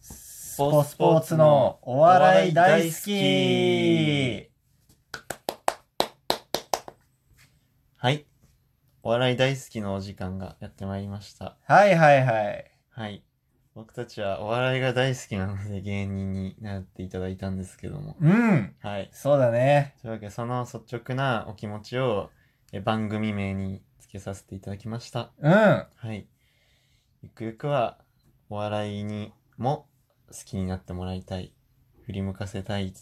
スポスポーツのお笑い大好きはい。お笑い大好きのお時間がやってまいりました。はいはいはい。はい。僕たちはお笑いが大好きなので芸人になっていただいたんですけども。うん。はい。そうだね。というわけで、その率直なお気持ちをえ番組名につけさせていただきました。うん。はい。ゆくゆくはお笑いにも好きになってもらいたい。振り向かせたい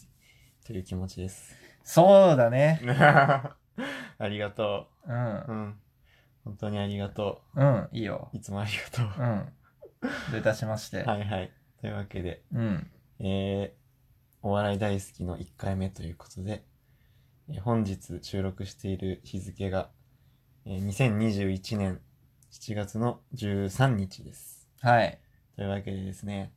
という気持ちです。そうだね。ありがとうんう。う。ん。本当にありがとうん。いいよ。う。いつもありがとうん。どういたしまして。う。はいはい。というわけで、うん。えー、お笑い大好きの1回目ということで、えー本日収録している日付が、えー2021年7月の13日です。はい。というわけでですね、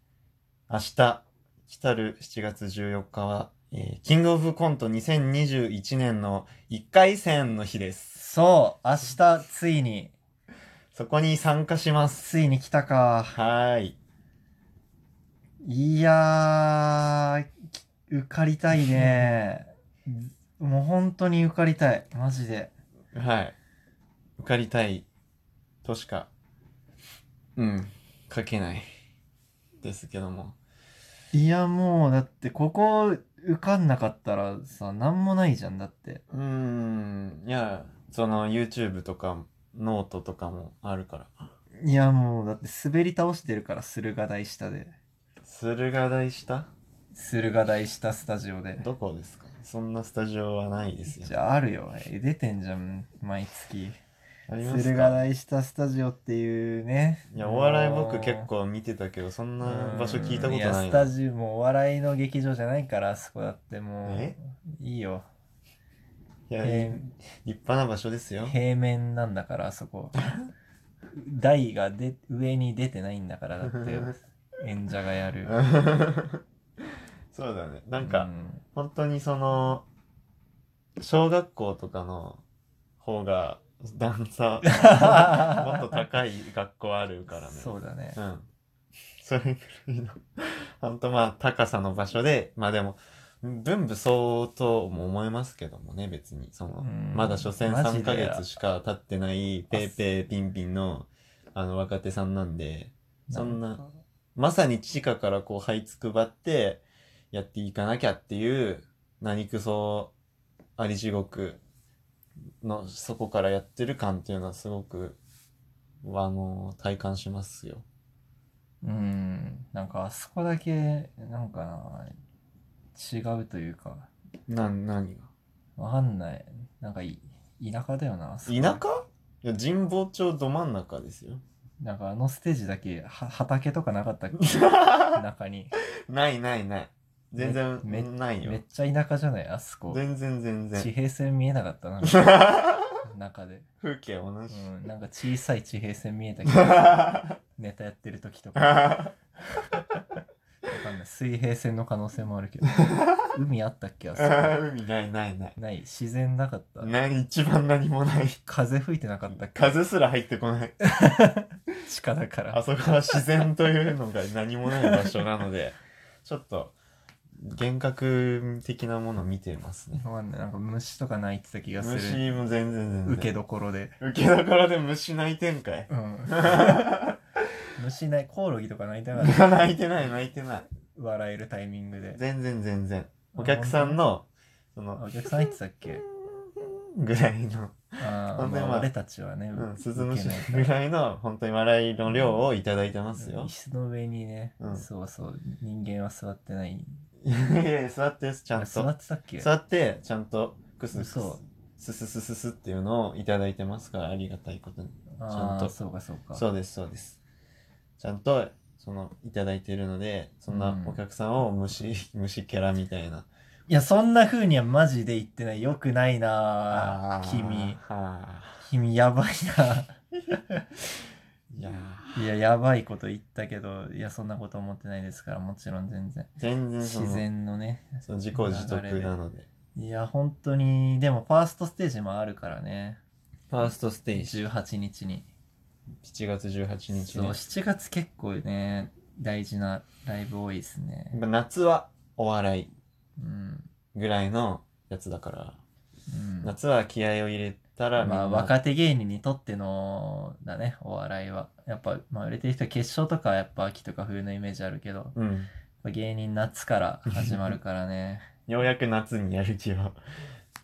明日、来たる7月14日は、えーキングオブコント2021年の1回戦の日です。そう。明日、ついに、そこに参加します。ついに来たか。はーい。いやー、き受かりたい ね。もう本当に受かりたい。マジで。はい。受かりたいとしか、うん、書けないですけども。いや、もう、だって、ここ、受かんなかったらさ、なんもないじゃん、だって。うーん、いや、その YouTube とかノートとかもあるから。いや、もう、だって、滑り倒してるから、駿河台下で。駿河台下駿河台下スタジオで。どこですかそんなスタジオはないですよじ。ゃあ、あるよ。え出てんじゃん、毎月。ありま駿す河か台下スタジオっていうね。いや、お笑い僕もう結構見てたけど、そんなうん場所聞いたことやないスタな。ジオもお笑いの劇場じゃないからあそこだってもえういいよいや、平立派な場所ですよ。平面なんだからあそこ台がで上に出てないんだからだって演者がやる そうだね。なんかう、ん本当にその小学校とかの方が段差 もっと高い学校あるからねそうだねうんそれぐらいの本当まあ高さの場所でまあでも文武相応とも思えますけどもね別にそのうんまだ所詮マジ3でヶ月しか経ってないペーペーピンピンのあの若手さんなんでそんなまさに地下からこう這いつくばってやっていかなきゃっていう何くそあり地獄のそこからやってる感っていうのはすごくあの体感しますよ。うんなんかあそこだけなんかな違うというかな何がわかんないなんかい田舎だよなあそこ田舎いや神保町ど真ん中です よ。なんかあのステージだけは畑とかなかったっけ 中にないないない。全め然ないめっよ。ちゃ田舎じゃないあそこ全然全地然。平線見えなかったな 中で、風景同じ。うん、なんか小さい地平線見えたけ どネタやってる時とかわかんない水平線の可能性もあるけ ど海あったっけあそこ海ないないない。ない自然なかった何一番何もない。風吹いてなかったっけ風すら入ってこない。 地下だかあらそこは自然というのが何もない場所なので、 ちょっと幻覚的なものを見てますね。わかんないなんか虫とか鳴いてた気がする虫も全然全然。受けどころで、受けどころで虫泣いてんかい。 うん虫ないコオロギとか鳴いたから泣いてない泣いてない。笑えるタイミングで全然全然。お客さんの、そあの、お客さん入ってたっけぐらいの、あほー、んでままあ、あ俺たちはね、うん、う鈴虫受けなぐいからいの、本当に笑いの量をいただいてますよ椅。子の上にね、うんそうそう、人間は座ってない。いやいや、座ってちゃんあ座と。ってたっけ座って、ちゃんと、クスクス嘘、スススススっていうのをいただいてますから、ありがたいことに。あちーゃんとそうかそうか。そうです、そうです。ちゃんと、その、いただいてるので、そんなうんお客さんを 虫、虫キャラみたいな。いや、そんな風にはマジで言ってない。よくないなーぁ君は。あ。君やばいいやーな いや、やばいこと言ったけど、いや、そんなこと思ってないですから、もちろん全然。全然その、自然のね。その自己自得なので。いや、本当に、でもファーストステージもあるからね。ファーストステージ、 18日に。 7月18日そう、ね。 7月結構ね、大事なライブ多いですねやっ。ぱ夏はお笑いうん。ぐらいのやつだから、うん、夏は気合を入れたらみんな、まあ、若手芸人にとってのだねお笑いはやっぱ、まあ、売れてる人は決勝とかはやっぱ秋とか冬のイメージあるけどやっうん。ぱ芸人夏から始まるから ねようやく夏にやる気を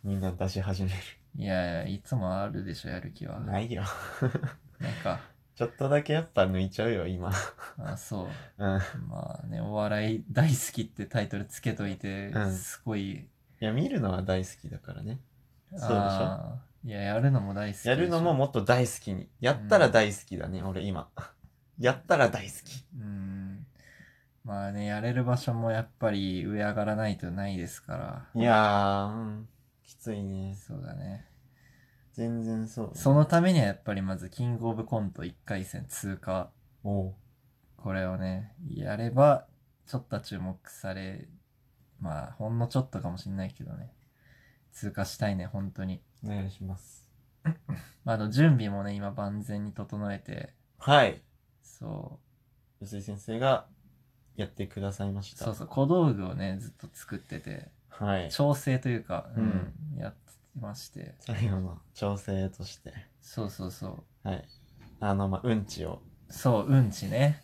みんな出し始める。いやいやいつもあるでしょやる気はなんないよ。 かちょっとだけやっぱ抜いちゃうよ、今。あそううん。いまあねお笑い大好きってタイトルつけといて、うんすごいや、見るのは大好きだからね。そうでしょあーいややるのも大好きでしょやるのももっと大好きに。やったら大好きだね、俺今。 やったら大好き。うんまあねやれる場所もやっぱり上上がらないとないですからいやー、うん、きついね。そうだね全然そう。そのためにはやっぱりまずキングオブコント1回戦通過おうこれをねやればちょっとは注目されまあほんのちょっとかもしんないけどね通過したいね本当に、お願いします。まあ、あと準備もね今万全に整えてはい。そ吉井先生がやってくださいましうた。そうそう小道具をねずっと作っててはい。調整というか、うんやってまして最後の調整として。そうそうそうはい。あの、まあ、うんちを。そううんちね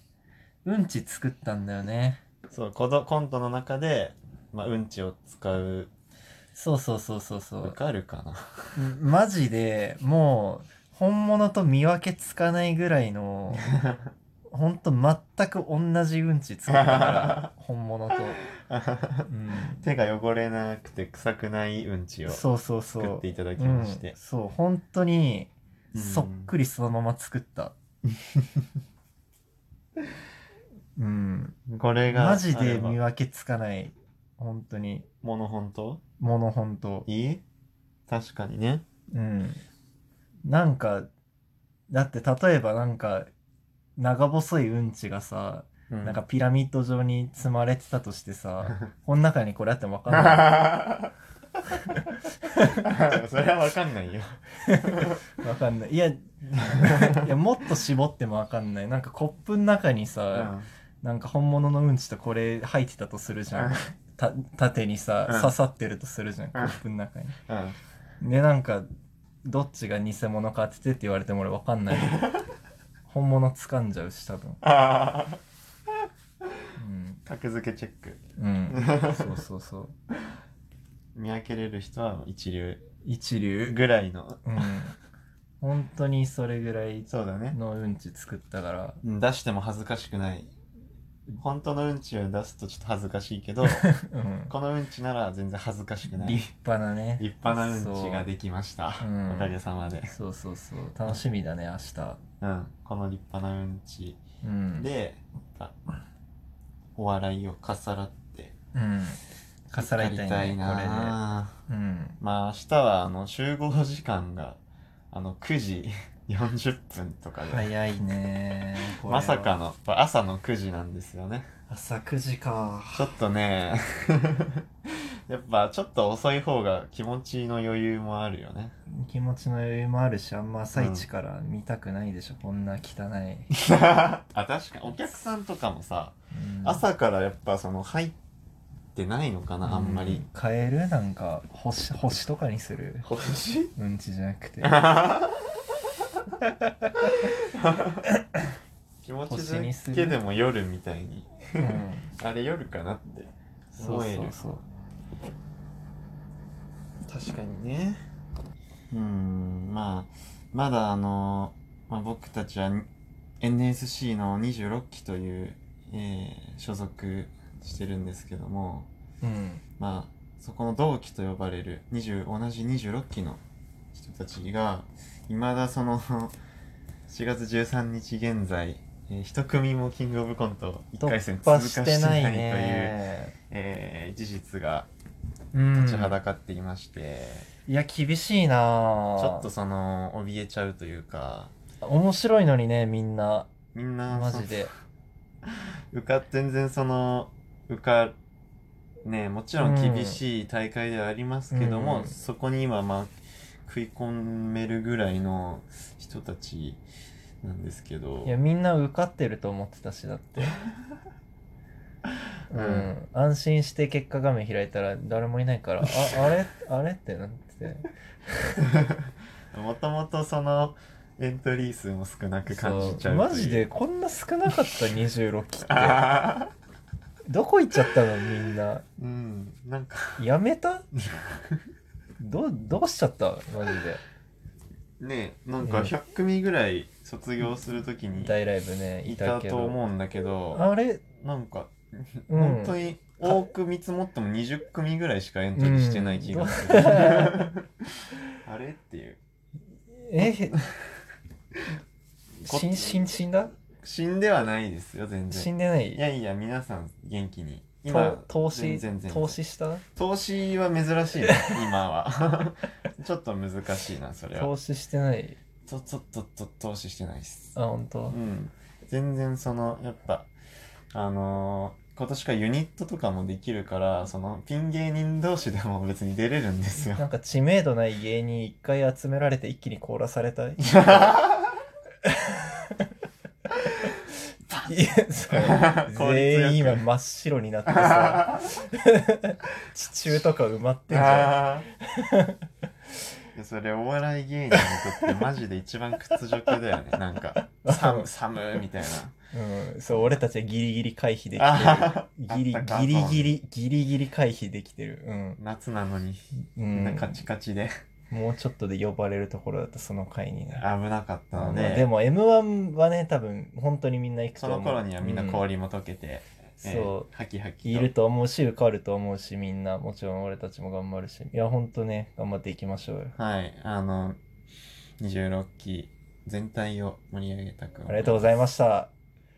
うんち作ったんだよねそう、こどコントの中で、まあ、うんちを使う。そうそうそうそうそわうかるかなマジでもう本物と見分けつかないぐらいの ほんと全く同じうんち作ったか ら本物と、うん、手が汚れなくて臭くないうんちをそうそうそ作っうていただきうんまして。そう本当にうんそっくりそのまま作 ったうん、これが、マジであれ見ば分けつかない本当にモノ本当もの本当いい確かにね。うんなんかだって例えばなんか長細いうんちがさ、う なんか、ピラミッド状に積まれてたとしてさこの中にこれあっても分そかんれ ないはわかんないよ。分かんないいやいやもっと絞っても分かんないなんかコップの中にさ、なんか本物のうんちとこれ入ってたとするじゃんた縦にさ、うん刺さってるとするじゃんコうんップの中にうんうんでなんかどっちが偽物か当ててって言われても俺分かんない本物掴んじゃうし多分あーうん格付けチェック。うん、そうそうそう。見分けれる人は一流一流。ぐらいの。うん。本当にそれぐらいそうだね。のうんち作ったから。うん出しても恥ずかしくない本当のうんちを出すとちょっと恥ずかしいけ どうん。このうんちなら全然恥ずかしくない立立派なね。派なうんちができましたそううんおかげさまで、そうそうそう。楽しみだね、明日。うん、この立派なうんちうん。、で、あお笑いをかさらってうん。かさらいたいやりね、なこれで。うん。まあ明日はあの集合時間があの9時40分とかで、早いね。これはまさか。のこれ朝の9時なんですよね朝9時か。ちょっとね、 やっぱちょっと遅い方が気持ちの余裕もあるよね。 気持ちの余裕もあるし、あんま朝一から見たくないでしょ、こん な汚い。あ、確かにお客さんとかもさ、うん朝からやっぱその入ってないのかな、あんまり。変えるなんか星星とかにする星うんちじゃな くて気持ちだけでも夜みたいに。うんあれ夜かなってそ思うえる。そうそう確かにねうんまあまだあの、まあ、僕たちは NSC の26期という、えー所属してるんですけどもうんまあそこの同期と呼ばれる20同じ26期の人たちがいまだその4月13日現在、えー一組もキングオブコント1回突戦通過破ししててなないいという、ねえー事実がうん立ちはだかっていまして。いや厳しいなちょっととその怯えちゃうというか面白いのにねみんなみんなマジで受か全然その受かねえもちろん厳しい大会ではありますけども、うんそこに今まあ食い込めるぐらいの人たちなんですけどいやみんな受かってると思ってたしだ ってううんん、安心して結果画面開いたら誰もいないからああれあれってなって もともとそのエントリー数も少なく感じちそゃううマジでというこんな少なかった26期ってあーどこ行っちゃったのみんな うんなんかやめたどうどうしちゃったマジでねなんかうん100組ぐらい卒業するときに大ライブねいいたたけとど思うんだけどあれなんかうん本当に多く見積もっても20組ぐらいしかエントリーしてない気がする、 うんあれっていう えこ死ん死ん死んだ死んではないですよ全死然んでないいやいや皆さん元気にと投全資然全然投資した投資は珍しいね今は ちょっと難しいなそれ投は資してないとちょっとと投資してないですあ本当うん全然そのやっぱあのー今年からユニットとかもできるからそのピン芸人同士でも別に出れるんですよ なんか知名度ない芸人一回集められて一気に凍らされたい いや そう効率よく全員今真っ白になってさ地中とか埋まってんじゃん あーいやそれお笑い芸人にとってマジで一番屈辱だよねなんか寒寒みたいなうん、そう俺たちはギリギリ回避できてあるーギリあったかギリそうギリギリギリ回避できてるうん、夏なのにう、みんなんカチカチでもうちょっとで呼ばれるところだったその回にね危なかったのまあででも m 1はね多分本当にみんな行くとそ思のう頃にはみんなうん氷も溶けて、えーそうハキハキといると思うし受かると思うしみんなもちろん俺たちも頑張るしいやほんとね頑張っていきましょうよはいあの26期全体を盛り上げたくありがとうございました